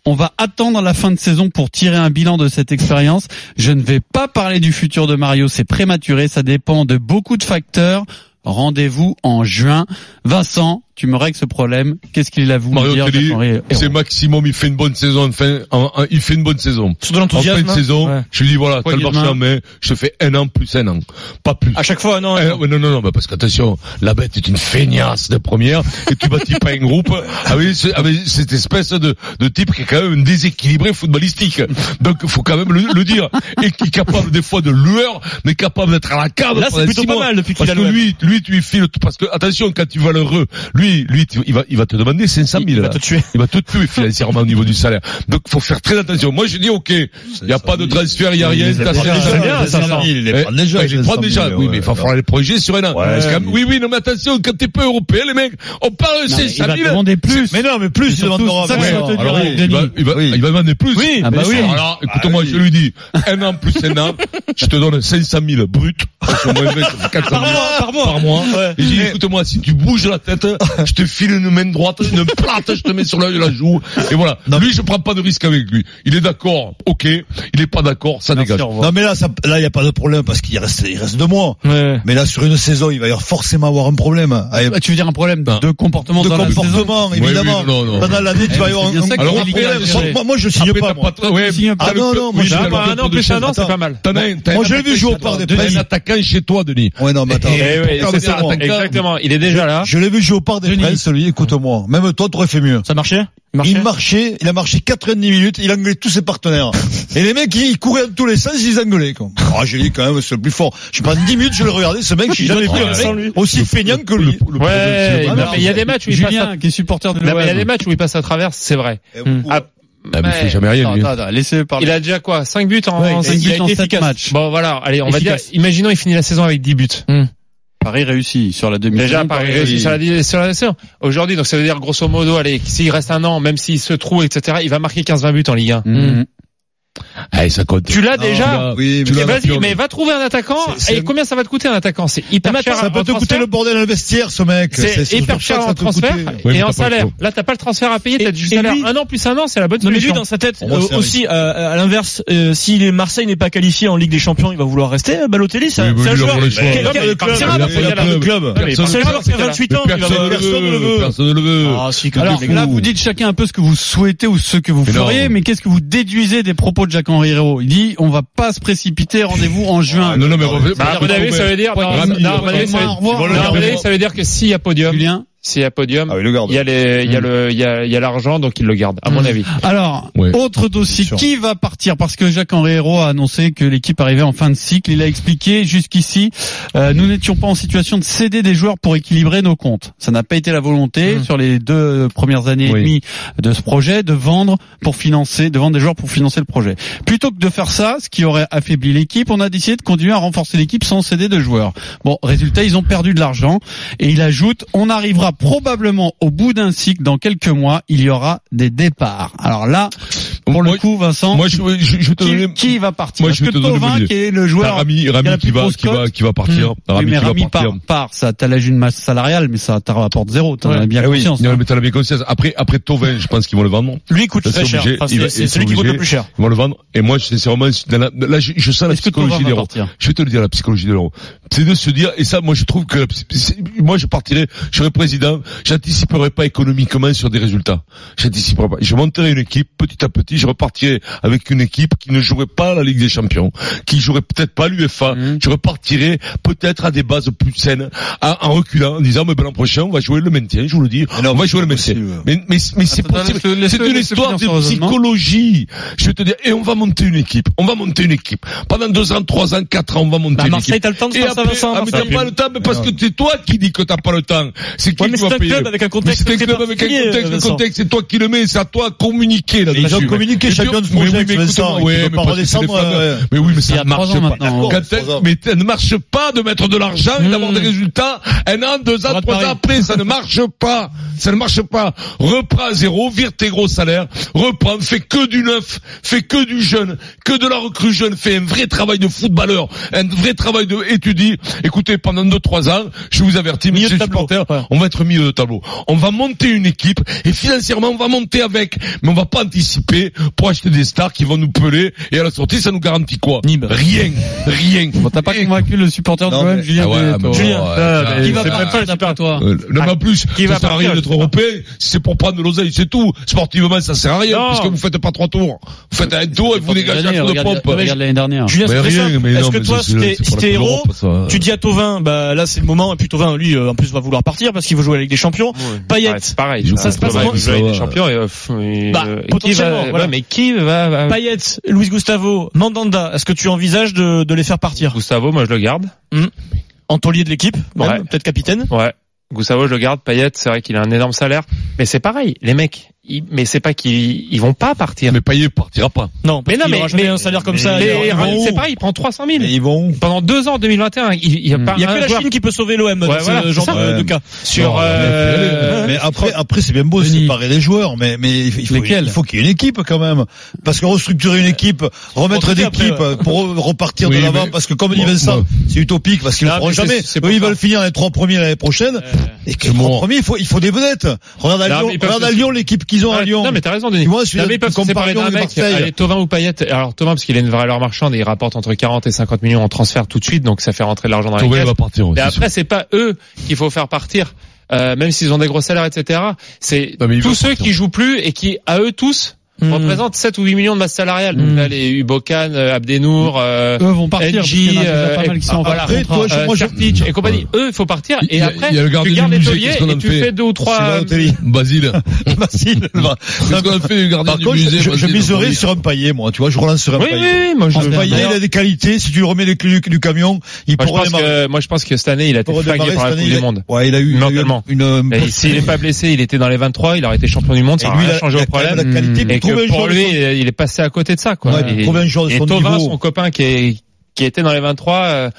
[SPEAKER 8] On va attendre la fin de saison pour tirer un bilan de cette expérience. Je ne vais pas parler du futur de Mario, c'est prématuré, ça dépend de beaucoup de facteurs. Rendez-vous en juin. Vincent, tu me règles ce problème. Qu'est-ce qu'il a voulu
[SPEAKER 9] Mario
[SPEAKER 8] dire
[SPEAKER 9] Kelly,
[SPEAKER 8] Jacques-Henri
[SPEAKER 9] c'est
[SPEAKER 8] Hérault
[SPEAKER 9] maximum, il fait une bonne saison, enfin, en- en- il fait une bonne saison.
[SPEAKER 5] Sur de
[SPEAKER 9] En fin de
[SPEAKER 5] hein.
[SPEAKER 9] saison,
[SPEAKER 5] Ouais.
[SPEAKER 9] je lui dis voilà, t'as
[SPEAKER 8] Quoi,
[SPEAKER 9] le marché
[SPEAKER 8] Guillemin
[SPEAKER 9] en main, je te fais un an plus un an. Pas plus.
[SPEAKER 5] À chaque fois, non.
[SPEAKER 6] Euh,
[SPEAKER 9] Eh, ouais, non, non, non, bah, parce qu'attention, la bête est une feignasse de première, et tu bâtis pas un groupe Ah avec, ce- avec cette espèce de, de type qui est quand même déséquilibré footballistique. Donc, faut quand même le, le dire. Et qui est capable des fois de lueur, mais capable d'être à la cave.
[SPEAKER 5] Là, c'est
[SPEAKER 9] pendant
[SPEAKER 5] plutôt
[SPEAKER 9] six
[SPEAKER 5] pas
[SPEAKER 9] mois.
[SPEAKER 5] mal depuis qu'il
[SPEAKER 9] Parce
[SPEAKER 5] a
[SPEAKER 9] que
[SPEAKER 5] l'OM.
[SPEAKER 9] lui, lui, tu lui files, tout- parce que, attention, quand tu vas l'heureux, lui, lui, tu- il va, il va te demander 500 000.
[SPEAKER 5] Il va
[SPEAKER 9] là.
[SPEAKER 5] te tuer.
[SPEAKER 9] Il va tout tuer financièrement au niveau du salaire. Donc, faut faire très attention. Moi, je dis, ok, il n'y a pas de transfert, il n'y a rien,
[SPEAKER 6] Il les a
[SPEAKER 9] t'as
[SPEAKER 6] pris
[SPEAKER 9] servi-
[SPEAKER 6] déjà,
[SPEAKER 5] bien,
[SPEAKER 6] il les
[SPEAKER 5] ça,
[SPEAKER 6] a
[SPEAKER 5] ça.
[SPEAKER 6] pris, il les
[SPEAKER 9] eh,
[SPEAKER 6] prend déjà,
[SPEAKER 9] ouais, il les prend déjà. oui, mais il va falloir les projeter sur un an.
[SPEAKER 6] Ouais,
[SPEAKER 9] Parce que-
[SPEAKER 6] mais-
[SPEAKER 9] oui, oui, non, mais attention, quand t'es pas européen, les mecs, on parle de
[SPEAKER 8] Non, mais Il
[SPEAKER 9] 500
[SPEAKER 8] va
[SPEAKER 9] 000.
[SPEAKER 8] demander plus.
[SPEAKER 6] Mais non, mais plus, il
[SPEAKER 8] surtout,
[SPEAKER 6] demandera
[SPEAKER 8] ça,
[SPEAKER 6] vraiment.
[SPEAKER 8] ça va te
[SPEAKER 9] Alors,
[SPEAKER 8] dire,
[SPEAKER 9] il va,
[SPEAKER 8] Denis.
[SPEAKER 9] il va,
[SPEAKER 6] Oui.
[SPEAKER 9] il va demander plus.
[SPEAKER 5] Oui,
[SPEAKER 8] Ah bah
[SPEAKER 5] bien
[SPEAKER 8] oui.
[SPEAKER 5] sûr.
[SPEAKER 9] Alors, écoute-moi, je lui dis, un an plus un an, je te donne 500 000 bruts. Parce que moi, le mec, ça fait 400 000
[SPEAKER 5] Par mois, par mois.
[SPEAKER 9] par mois.
[SPEAKER 5] Ouais.
[SPEAKER 9] Et j'ai dit, écoute-moi, si tu bouges la tête, je te file une main droite, une plate, je te mets sur la, la joue. Et voilà. Lui, je prends pas de risque avec lui. Il est d'accord, ok. Il est pas d'accord, ça dégage.
[SPEAKER 6] Non, mais là, ça, là, il n'y a pas de problème parce qu'il reste, il reste deux mois.
[SPEAKER 5] Ouais.
[SPEAKER 6] Mais là, sur une saison, il va y avoir forcément avoir un problème. Avec
[SPEAKER 8] Ah, Tu veux dire un problème
[SPEAKER 9] Non.
[SPEAKER 8] de comportement
[SPEAKER 6] de
[SPEAKER 8] dans la saison
[SPEAKER 6] comportement,
[SPEAKER 9] Oui,
[SPEAKER 6] évidemment.
[SPEAKER 9] oui, non, non.
[SPEAKER 6] Pendant l'année, tu
[SPEAKER 8] Eh,
[SPEAKER 6] vas
[SPEAKER 8] mais
[SPEAKER 6] y avoir
[SPEAKER 8] c'est bien
[SPEAKER 6] un,
[SPEAKER 8] ça
[SPEAKER 6] un
[SPEAKER 8] qu'il
[SPEAKER 6] gros
[SPEAKER 8] faut dire,
[SPEAKER 6] problème.
[SPEAKER 8] les
[SPEAKER 6] Sans-
[SPEAKER 8] gens.
[SPEAKER 6] moi, moi, je signe
[SPEAKER 9] Après,
[SPEAKER 6] pas.
[SPEAKER 9] t'as
[SPEAKER 6] moi.
[SPEAKER 9] pas- ouais,
[SPEAKER 8] Signe
[SPEAKER 9] t'as
[SPEAKER 8] pas.
[SPEAKER 9] le-
[SPEAKER 6] Ah non, non,
[SPEAKER 9] oui,
[SPEAKER 6] moi, je
[SPEAKER 9] t'as
[SPEAKER 6] suis
[SPEAKER 9] le
[SPEAKER 6] pas-
[SPEAKER 9] peu
[SPEAKER 10] Un an
[SPEAKER 9] de
[SPEAKER 10] plus un
[SPEAKER 9] chance.
[SPEAKER 10] an, c'est
[SPEAKER 9] Attends,
[SPEAKER 10] pas mal.
[SPEAKER 9] T'en as un, t'as
[SPEAKER 6] Moi,
[SPEAKER 9] un
[SPEAKER 6] j'ai vu
[SPEAKER 9] attaquant-
[SPEAKER 6] jouer au parc des
[SPEAKER 9] t'as
[SPEAKER 6] Princes.
[SPEAKER 9] un attaquant chez toi, Denis.
[SPEAKER 6] Ouais, non, mais attends.
[SPEAKER 10] Eh oui,
[SPEAKER 6] Attends,
[SPEAKER 10] c'est ça,
[SPEAKER 6] attends.
[SPEAKER 10] exactement. Il est déjà là.
[SPEAKER 6] Je l'ai vu jouer au parc des
[SPEAKER 5] Denis.
[SPEAKER 6] Princes, lui, écoute-moi. Même toi, t'aurais fait mieux.
[SPEAKER 5] Ça marchait Il marchait
[SPEAKER 6] Il marchait, il a marché 90 minutes, il engueulait tous ses partenaires. Et les mecs, ils couraient dans tous les sens, ils les engueulaient, quoi. Ah, j'ai dit quand même, c'est le plus fort. Je sais pas, 10 minutes, je le regardais, ce mec, j'ai jamais vu
[SPEAKER 5] Ouais.
[SPEAKER 6] un
[SPEAKER 5] Sans
[SPEAKER 6] mec
[SPEAKER 5] lui.
[SPEAKER 6] aussi feignant que lui.
[SPEAKER 10] Ouais,
[SPEAKER 6] le-
[SPEAKER 10] non,
[SPEAKER 6] le-
[SPEAKER 10] mais il y a des matchs où il passe à-
[SPEAKER 8] bah, Julien, qui est supporter de
[SPEAKER 10] Non, mais il y a des
[SPEAKER 8] l'OM.
[SPEAKER 10] matchs où il passe à travers, c'est vrai.
[SPEAKER 6] Ah,
[SPEAKER 9] Ah, mais il fait jamais rien,
[SPEAKER 8] Attends,
[SPEAKER 9] lui.
[SPEAKER 8] attends, attends, laissez parler.
[SPEAKER 10] Il a déjà quoi 5 buts en,
[SPEAKER 8] Ouais,
[SPEAKER 10] en
[SPEAKER 8] cinq
[SPEAKER 10] il a
[SPEAKER 8] buts
[SPEAKER 10] été
[SPEAKER 8] en sept
[SPEAKER 10] efficace.
[SPEAKER 8] matchs.
[SPEAKER 10] Bon voilà, allez, on
[SPEAKER 8] Efficace.
[SPEAKER 10] va dire imaginons il finit la saison avec 10 buts.
[SPEAKER 8] Paris réussi sur la demi
[SPEAKER 10] Déjà Paris réussit sur la sur la saison. Aujourd'hui, donc ça veut dire grosso Mm. Hmm.
[SPEAKER 8] Mm.
[SPEAKER 10] modo allez, s'il reste un an, même s'il se trouve etc., il va marquer 15 20 buts en Ligue 1.
[SPEAKER 9] Allez, ça compte.
[SPEAKER 10] Tu
[SPEAKER 5] Ah,
[SPEAKER 10] l'as déjà
[SPEAKER 9] Oui,
[SPEAKER 10] Mais Vas-y, mais va trouver un attaquant.
[SPEAKER 6] C'est- c'est-
[SPEAKER 10] Et combien ça va te coûter un attaquant C'est hyper cher.
[SPEAKER 6] ça
[SPEAKER 10] en
[SPEAKER 6] peut te
[SPEAKER 10] transfert.
[SPEAKER 6] coûter le bordel à investir, ce mec.
[SPEAKER 10] C'est
[SPEAKER 6] pour
[SPEAKER 10] hyper
[SPEAKER 6] ça
[SPEAKER 10] cher
[SPEAKER 6] que ça
[SPEAKER 10] en
[SPEAKER 6] peut coûter.
[SPEAKER 10] transfert
[SPEAKER 9] mais
[SPEAKER 10] et
[SPEAKER 9] t'as
[SPEAKER 10] en
[SPEAKER 9] pas le
[SPEAKER 10] salaire.
[SPEAKER 9] choix.
[SPEAKER 10] Là, t'as pas le transfert à payer, t'as du
[SPEAKER 5] et
[SPEAKER 10] salaire.
[SPEAKER 5] lui-
[SPEAKER 10] Un an plus un an, c'est la bonne
[SPEAKER 5] Non mais
[SPEAKER 10] solution.
[SPEAKER 5] lui dans sa tête
[SPEAKER 6] Pour moi,
[SPEAKER 5] euh,
[SPEAKER 6] c'est un
[SPEAKER 5] aussi euh, à l'inverse euh, si les Marseille n'est pas qualifié en Ligue des Champions il va vouloir rester euh, Balotelli c'est un
[SPEAKER 9] Oui, mais
[SPEAKER 5] c'est un
[SPEAKER 9] lui, il
[SPEAKER 5] joueur
[SPEAKER 9] aura
[SPEAKER 5] quel-
[SPEAKER 9] le choix.
[SPEAKER 5] quel-
[SPEAKER 9] Il a
[SPEAKER 5] quel-
[SPEAKER 9] pas
[SPEAKER 5] il
[SPEAKER 9] le
[SPEAKER 5] partira,
[SPEAKER 9] club,
[SPEAKER 5] après,
[SPEAKER 9] il a
[SPEAKER 5] il a
[SPEAKER 9] pas
[SPEAKER 5] le
[SPEAKER 9] le
[SPEAKER 5] club
[SPEAKER 9] club.
[SPEAKER 5] c'est un joueur qui a 28 ans il va
[SPEAKER 9] Personne ne le veut. Personne ne le veut.
[SPEAKER 5] Ah, si, quand
[SPEAKER 9] T'es
[SPEAKER 5] même,
[SPEAKER 8] Alors
[SPEAKER 9] fou.
[SPEAKER 8] là, vous dites chacun un peu ce que vous souhaitez ou ce que vous
[SPEAKER 9] Mais non.
[SPEAKER 8] feriez, mais qu'est-ce que vous déduisez des propos de Jacques-Henri Hérault Il dit on va pas se précipiter, rendez-vous en juin.
[SPEAKER 9] Ah, Non, non, mais
[SPEAKER 10] Bah, à mon avis, ça veut dire, non,
[SPEAKER 8] Ouais,
[SPEAKER 10] non,
[SPEAKER 8] mais-
[SPEAKER 10] à mon avis, ça veut-
[SPEAKER 8] Au revoir.
[SPEAKER 10] non, à mon avis, ça veut dire que s'il y a podium,
[SPEAKER 8] Julien
[SPEAKER 10] s'il y a podium,
[SPEAKER 6] Ah oui, le garde.
[SPEAKER 10] il y a les, il
[SPEAKER 5] Hmm.
[SPEAKER 10] y a le, il y a, il y a l'argent, donc il le garde, à mon
[SPEAKER 8] Mm.
[SPEAKER 10] avis.
[SPEAKER 8] Alors,
[SPEAKER 9] Ouais.
[SPEAKER 8] autre dossier,
[SPEAKER 6] Sûr.
[SPEAKER 8] qui va partir Parce que Jacques-Henri Hérault a annoncé que l'équipe arrivait en fin de cycle. Il a expliqué jusqu'ici, euh, nous n'étions pas en situation de céder des joueurs pour équilibrer nos comptes. Ça n'a pas été la volonté sur les deux premières années
[SPEAKER 9] Mmh. Oui.
[SPEAKER 8] et demie de ce projet de vendre pour financer, de vendre des joueurs pour financer le projet. Plutôt que de faire ça, ce qui aurait affaibli l'équipe, on a décidé de continuer à renforcer l'équipe sans céder de joueurs. Bon, résultat, ils ont perdu de l'argent. Et il ajoute, on arrivera probablement au bout d'un cycle dans quelques mois, il y aura des départs. Alors là, pour
[SPEAKER 9] Moi,
[SPEAKER 8] le coup, Vincent,
[SPEAKER 9] Moi, je, je, je vais te
[SPEAKER 8] qui,
[SPEAKER 9] donner.
[SPEAKER 8] qui va partir
[SPEAKER 9] moi,
[SPEAKER 8] Parce
[SPEAKER 9] je vais
[SPEAKER 8] que
[SPEAKER 9] te donner mon
[SPEAKER 8] Thauvin,
[SPEAKER 9] idée.
[SPEAKER 8] qui est le
[SPEAKER 9] T'as
[SPEAKER 8] joueur...
[SPEAKER 9] Rami,
[SPEAKER 8] qui a
[SPEAKER 9] Rami
[SPEAKER 8] la
[SPEAKER 9] qui
[SPEAKER 8] plus
[SPEAKER 9] va,
[SPEAKER 8] grosse
[SPEAKER 9] qui va,
[SPEAKER 8] cote.
[SPEAKER 9] qui va
[SPEAKER 8] Mmh.
[SPEAKER 9] partir.
[SPEAKER 8] Oui,
[SPEAKER 9] Rami
[SPEAKER 8] mais
[SPEAKER 9] qui va
[SPEAKER 8] Rami part,
[SPEAKER 9] partir.
[SPEAKER 8] part, ça t'allège une masse salariale, mais ça te rapporte zéro, t'en as bien
[SPEAKER 9] Eh oui.
[SPEAKER 8] conscience.
[SPEAKER 9] Non,
[SPEAKER 8] hein.
[SPEAKER 9] mais t'as la bien conscience. Après, après Tauvin, je pense qu'ils vont le vendre.
[SPEAKER 5] lui coûte
[SPEAKER 9] Ça,
[SPEAKER 5] très
[SPEAKER 9] c'est
[SPEAKER 5] cher
[SPEAKER 9] obligé.
[SPEAKER 5] Enfin,
[SPEAKER 9] Il va-
[SPEAKER 5] c'est c'est
[SPEAKER 9] ils
[SPEAKER 5] celui
[SPEAKER 9] sont
[SPEAKER 5] qui coûte le
[SPEAKER 9] obligés.
[SPEAKER 5] plus cher
[SPEAKER 9] Ils vont le vendre. Et moi, sincèrement, je- dans la- dans la- je, je sens la
[SPEAKER 8] Est-ce que Thauvin
[SPEAKER 9] psychologie
[SPEAKER 8] va
[SPEAKER 9] des héros.
[SPEAKER 8] partir
[SPEAKER 9] Je vais te le dire, la psychologie de l'euro. C'est de se dire, et ça, moi, je trouve que, la psy- c'est- moi, je partirais, je serais président, j'anticiperais pas économiquement sur des résultats. J'anticiperais pas. Je monterais une équipe, petit à petit, je repartirais avec une équipe qui ne jouerait pas à la Ligue des Champions, qui jouerait peut-être pas à l'UEFA.
[SPEAKER 8] Mmh.
[SPEAKER 9] Je repartirais peut-être à des bases plus saines, à- en reculant, en disant, mais ben, l'an prochain, on va jouer le maintien, je vous le dis. on va jouer le maintien.
[SPEAKER 6] possible.
[SPEAKER 9] Mais, mais, mais c'est
[SPEAKER 8] Attends,
[SPEAKER 9] possible.
[SPEAKER 8] laisse-le-
[SPEAKER 9] C'est
[SPEAKER 8] laisse-le-
[SPEAKER 9] une
[SPEAKER 8] laisse-le
[SPEAKER 9] histoire
[SPEAKER 8] finir
[SPEAKER 9] de
[SPEAKER 8] son
[SPEAKER 5] hein.
[SPEAKER 8] raisonnement.
[SPEAKER 9] psychologie. Je vais te dire, et on va monter une équipe. On va monter une équipe. Pendant deux ans, trois ans, quatre ans, on va monter
[SPEAKER 5] Bah,
[SPEAKER 9] une
[SPEAKER 5] Marseille,
[SPEAKER 9] équipe.
[SPEAKER 5] t'as le temps de
[SPEAKER 9] Et
[SPEAKER 5] faire ça,
[SPEAKER 9] après,
[SPEAKER 5] Vincent.
[SPEAKER 9] ah, mais t'as
[SPEAKER 5] Marseille.
[SPEAKER 9] pas le temps, mais parce que c'est toi qui dis que t'as pas le temps. C'est qui
[SPEAKER 5] Ouais, mais
[SPEAKER 9] qui
[SPEAKER 5] c'est
[SPEAKER 9] va
[SPEAKER 5] un
[SPEAKER 9] payer.
[SPEAKER 5] club avec un
[SPEAKER 9] Mais
[SPEAKER 5] contexte
[SPEAKER 9] c'est un
[SPEAKER 5] très
[SPEAKER 9] club avec un
[SPEAKER 5] particulier,
[SPEAKER 9] contexte, le
[SPEAKER 5] Vincent.
[SPEAKER 9] contexte, c'est toi qui le mets, c'est à toi de communiquer là-dessus.
[SPEAKER 6] Ils ont communiqué
[SPEAKER 9] Mais
[SPEAKER 6] chacun
[SPEAKER 9] tu-
[SPEAKER 6] de ce
[SPEAKER 9] mais oui,
[SPEAKER 6] projet,
[SPEAKER 9] mais
[SPEAKER 6] mais
[SPEAKER 9] écoute-moi,
[SPEAKER 6] Vincent,
[SPEAKER 9] ouais,
[SPEAKER 6] tu
[SPEAKER 9] mais
[SPEAKER 6] peux pas
[SPEAKER 9] parce que c'est
[SPEAKER 6] redescendre.
[SPEAKER 9] des
[SPEAKER 6] euh,
[SPEAKER 9] mais oui, mais
[SPEAKER 8] Il y
[SPEAKER 9] ça
[SPEAKER 8] a
[SPEAKER 9] ne marche
[SPEAKER 8] trois ans
[SPEAKER 9] pas.
[SPEAKER 8] maintenant.
[SPEAKER 9] Quand
[SPEAKER 6] Trois
[SPEAKER 9] elle-
[SPEAKER 6] ans.
[SPEAKER 9] mais ça ne marche pas de mettre de l'argent et
[SPEAKER 5] Hmm.
[SPEAKER 9] d'avoir des résultats un an, deux
[SPEAKER 8] Ça
[SPEAKER 9] ans,
[SPEAKER 8] va
[SPEAKER 9] trois
[SPEAKER 8] te
[SPEAKER 9] ans
[SPEAKER 8] parler.
[SPEAKER 9] après. Ça ne marche pas. Ça ne marche pas. Reprends à zéro, vire tes gros salaires, reprends, fais que du neuf, fais que du jeune, que de la recrue jeune, fais un vrai travail de footballeur, un vrai travail de, et tu dis, écoutez, pendant deux, trois ans, je vous avertis,
[SPEAKER 5] Milieu de
[SPEAKER 9] monsieur
[SPEAKER 5] tableau.
[SPEAKER 9] supporter,
[SPEAKER 5] Ouais.
[SPEAKER 9] on va être milieu de tableau. On va monter une équipe et financièrement on va monter avec, mais on va pas anticiper pour acheter des stars qui vont nous peler et à la sortie ça nous garantit quoi
[SPEAKER 5] Nîmes.
[SPEAKER 9] Rien, rien.
[SPEAKER 8] Bon, t'as pas
[SPEAKER 9] Et-
[SPEAKER 8] convaincu le supporter de
[SPEAKER 6] Non,
[SPEAKER 8] l'OM,
[SPEAKER 6] mais-
[SPEAKER 8] Julien
[SPEAKER 9] Eh, Ah ouais,
[SPEAKER 8] Payet, toi.
[SPEAKER 9] mais
[SPEAKER 8] Ah,
[SPEAKER 9] bon,
[SPEAKER 5] Julien,
[SPEAKER 9] ouais,
[SPEAKER 5] euh,
[SPEAKER 9] ça,
[SPEAKER 5] il
[SPEAKER 8] Qui va
[SPEAKER 9] ça,
[SPEAKER 5] c'est même
[SPEAKER 9] ça,
[SPEAKER 5] pas
[SPEAKER 8] partir
[SPEAKER 5] le
[SPEAKER 8] d'après toi
[SPEAKER 9] euh, non, mais en plus,
[SPEAKER 5] Qui va
[SPEAKER 9] ça sert à
[SPEAKER 5] partir,
[SPEAKER 9] rien
[SPEAKER 5] je
[SPEAKER 9] d'être
[SPEAKER 5] sais pas.
[SPEAKER 9] européen, si c'est pour prendre de l'oseille, c'est tout. Sportivement, ça sert à rien,
[SPEAKER 10] Non.
[SPEAKER 9] parce que vous faites pas trois tours. Vous faites un tour et vous dégagez un coup de
[SPEAKER 8] Regarde
[SPEAKER 9] pompe.
[SPEAKER 8] regarde l'année dernière.
[SPEAKER 5] Julien
[SPEAKER 9] Mais
[SPEAKER 5] c'est très
[SPEAKER 9] rien,
[SPEAKER 5] simple
[SPEAKER 9] mais non,
[SPEAKER 5] est-ce que
[SPEAKER 9] mais
[SPEAKER 5] toi
[SPEAKER 9] ça,
[SPEAKER 5] si
[SPEAKER 9] c'est-
[SPEAKER 5] t'es
[SPEAKER 9] c'est
[SPEAKER 5] si
[SPEAKER 9] pour la
[SPEAKER 5] t'es
[SPEAKER 9] Coupe
[SPEAKER 5] héros
[SPEAKER 9] d'Europe, ça.
[SPEAKER 5] tu dis à Tauvin bah là c'est le moment et puis Tauvin lui euh, en plus va vouloir partir parce qu'il veut jouer avec des champions Payet
[SPEAKER 10] Ouais, c'est pareil.
[SPEAKER 9] Ça
[SPEAKER 10] Ah,
[SPEAKER 5] se passe
[SPEAKER 10] ouais,
[SPEAKER 5] comment
[SPEAKER 10] il joue avec
[SPEAKER 9] Ça
[SPEAKER 10] des
[SPEAKER 9] va.
[SPEAKER 10] champions et, euh, pff, et,
[SPEAKER 5] Bah,
[SPEAKER 10] euh, qui
[SPEAKER 5] potentiellement,
[SPEAKER 10] va-
[SPEAKER 5] voilà.
[SPEAKER 10] ouais, mais qui va, va-
[SPEAKER 5] Payet Luis Gustavo Mandanda est-ce que tu envisages de de les faire partir
[SPEAKER 10] Gustavo, moi je le garde.
[SPEAKER 5] en taulier de l'équipe même,
[SPEAKER 10] Ouais.
[SPEAKER 5] peut-être capitaine
[SPEAKER 10] Ouais. Gustavo, je le garde. Payet, c'est vrai qu'il a un énorme salaire. Mais c'est pareil, les mecs. ils- mais c'est pas qu'ils ils vont pas partir.
[SPEAKER 9] Mais Payet partira pas.
[SPEAKER 5] non
[SPEAKER 10] Mais
[SPEAKER 5] parce
[SPEAKER 10] non,
[SPEAKER 5] qu'il
[SPEAKER 10] mais-
[SPEAKER 5] aura jamais
[SPEAKER 10] mais-
[SPEAKER 5] un salaire comme
[SPEAKER 10] Mais
[SPEAKER 5] ça il aura-
[SPEAKER 10] Rami, c'est pareil, il prend 300 000.
[SPEAKER 6] Mais ils vont où
[SPEAKER 10] Pendant deux ans, 2021, il il y a pas
[SPEAKER 5] il y a
[SPEAKER 10] un
[SPEAKER 5] que la
[SPEAKER 10] joueur
[SPEAKER 5] Chine qui peut sauver l'OM
[SPEAKER 10] Ouais,
[SPEAKER 5] dans ce
[SPEAKER 10] voilà,
[SPEAKER 5] genre
[SPEAKER 10] c'est ça.
[SPEAKER 5] de de
[SPEAKER 6] Ouais.
[SPEAKER 5] cas
[SPEAKER 10] sur. euh,
[SPEAKER 6] Mais après, après c'est bien beau de
[SPEAKER 8] Denis.
[SPEAKER 6] séparer les joueurs, mais mais il faut
[SPEAKER 8] Lesquels
[SPEAKER 6] il faut qu'il y ait une équipe quand même, parce que restructurer une équipe, remettre
[SPEAKER 5] Restructurer
[SPEAKER 6] des
[SPEAKER 5] après,
[SPEAKER 6] équipes
[SPEAKER 5] ouais.
[SPEAKER 6] pour repartir
[SPEAKER 9] Oui,
[SPEAKER 6] de l'avant,
[SPEAKER 9] mais-
[SPEAKER 6] parce que comme dit
[SPEAKER 9] Moi,
[SPEAKER 6] Vincent,
[SPEAKER 9] moi-
[SPEAKER 6] c'est utopique parce qu'ils ne
[SPEAKER 10] Non,
[SPEAKER 6] feront
[SPEAKER 10] mais c'est-
[SPEAKER 6] jamais.
[SPEAKER 10] c'est pour
[SPEAKER 6] Eux, ils
[SPEAKER 10] ça.
[SPEAKER 6] veulent finir les trois premiers l'année prochaine. Et que les trois premiers, il faut il faut des vedettes. Regarde à
[SPEAKER 10] Non,
[SPEAKER 6] Lyon,
[SPEAKER 10] mais ils peuvent
[SPEAKER 6] regarde
[SPEAKER 10] se-
[SPEAKER 6] à Lyon l'équipe qu'ils ont à
[SPEAKER 10] Ouais,
[SPEAKER 6] Lyon.
[SPEAKER 10] Non, mais t'as raison, Denis.
[SPEAKER 6] Tu vois, celui-là,
[SPEAKER 10] non, mais ils peuvent se
[SPEAKER 6] comme
[SPEAKER 10] séparer
[SPEAKER 6] Parion
[SPEAKER 10] d'un
[SPEAKER 6] et
[SPEAKER 10] mec.
[SPEAKER 6] Marseille.
[SPEAKER 10] Allez, Thauvin ou Payet. Alors, Thauvin, parce qu'il a une valeur marchande et il rapporte entre 40 et 50 millions en transfert tout de suite, donc ça fait rentrer de l'argent dans la
[SPEAKER 9] Tauvin
[SPEAKER 10] caisse.
[SPEAKER 9] va partir aussi.
[SPEAKER 10] Mais après, c'est pas eux qu'il faut faire partir, euh, même s'ils ont des gros salaires, etc. C'est
[SPEAKER 9] Non, mais ils
[SPEAKER 10] tous
[SPEAKER 9] veulent
[SPEAKER 10] ceux
[SPEAKER 9] partir.
[SPEAKER 10] qui jouent plus et qui, à eux tous,
[SPEAKER 6] Hmm.
[SPEAKER 10] représentent 7 ou 8 millions de masse salariale. Donc
[SPEAKER 8] Mm.
[SPEAKER 10] là, les Ubokan, euh, Abdenour, euh,
[SPEAKER 8] Eux vont partir, parce qu'il y en a déjà
[SPEAKER 10] euh,
[SPEAKER 8] pas mal qui sont en
[SPEAKER 10] voilà.
[SPEAKER 8] fin de
[SPEAKER 6] Après,
[SPEAKER 8] contrat.
[SPEAKER 6] toi, je-
[SPEAKER 10] euh,
[SPEAKER 6] moi, je-
[SPEAKER 10] Sertic et compagnie, eux, il faut partir.
[SPEAKER 9] Il
[SPEAKER 10] Et
[SPEAKER 9] y a-
[SPEAKER 10] après,
[SPEAKER 9] il y a le gardien
[SPEAKER 10] tu
[SPEAKER 9] du
[SPEAKER 10] gardes les
[SPEAKER 9] musée,
[SPEAKER 10] tauliers
[SPEAKER 9] qu'est-ce qu'on en
[SPEAKER 10] et tu
[SPEAKER 9] fait
[SPEAKER 10] fais deux ou trois...
[SPEAKER 6] Sylvain Ottilie.
[SPEAKER 9] Basile.
[SPEAKER 6] Facile.
[SPEAKER 9] Qu'est-ce qu'on a fait, le gardien
[SPEAKER 6] bah, Par
[SPEAKER 9] du
[SPEAKER 6] contre, je,
[SPEAKER 9] musée?
[SPEAKER 6] je, je
[SPEAKER 9] Basile,
[SPEAKER 6] miserais
[SPEAKER 9] aujourd'hui
[SPEAKER 6] sur un paillet, moi. Tu vois, je relance sur un
[SPEAKER 10] Oui, oui,
[SPEAKER 6] paillet.
[SPEAKER 10] oui, moi je...
[SPEAKER 6] Un paillet, il
[SPEAKER 10] D'ailleurs,
[SPEAKER 6] a des qualités. Si tu lui remets les clés du, du camion, il
[SPEAKER 10] Moi je,
[SPEAKER 6] pourrait
[SPEAKER 10] pense
[SPEAKER 6] démarrer.
[SPEAKER 10] que, moi, je pense que cette année, il a été
[SPEAKER 6] pour
[SPEAKER 10] flagué
[SPEAKER 6] redémarrer
[SPEAKER 10] par la
[SPEAKER 6] cette
[SPEAKER 10] Coupe
[SPEAKER 6] année,
[SPEAKER 10] du
[SPEAKER 6] il a-
[SPEAKER 10] Monde.
[SPEAKER 6] Ouais, il a eu
[SPEAKER 10] Mentalement.
[SPEAKER 6] une, une,
[SPEAKER 10] Et S'il n'est pas blessé, il était dans les 23, il aurait été champion du monde, ça
[SPEAKER 6] Et
[SPEAKER 10] n'a
[SPEAKER 6] lui, il
[SPEAKER 10] rien
[SPEAKER 6] a-
[SPEAKER 10] changé
[SPEAKER 6] il a
[SPEAKER 10] au
[SPEAKER 6] quand même
[SPEAKER 10] problème.
[SPEAKER 6] la qualité de
[SPEAKER 10] Et que
[SPEAKER 6] trouver un
[SPEAKER 10] pour
[SPEAKER 6] joueur de
[SPEAKER 10] lui, euh,
[SPEAKER 6] son-
[SPEAKER 10] il est passé à côté de ça, quoi.
[SPEAKER 6] Ouais, de
[SPEAKER 10] et
[SPEAKER 6] trouver un joueur de
[SPEAKER 10] et
[SPEAKER 6] son
[SPEAKER 10] Thauvin,
[SPEAKER 6] niveau.
[SPEAKER 10] son copain qui, est, qui était dans les 23, euh,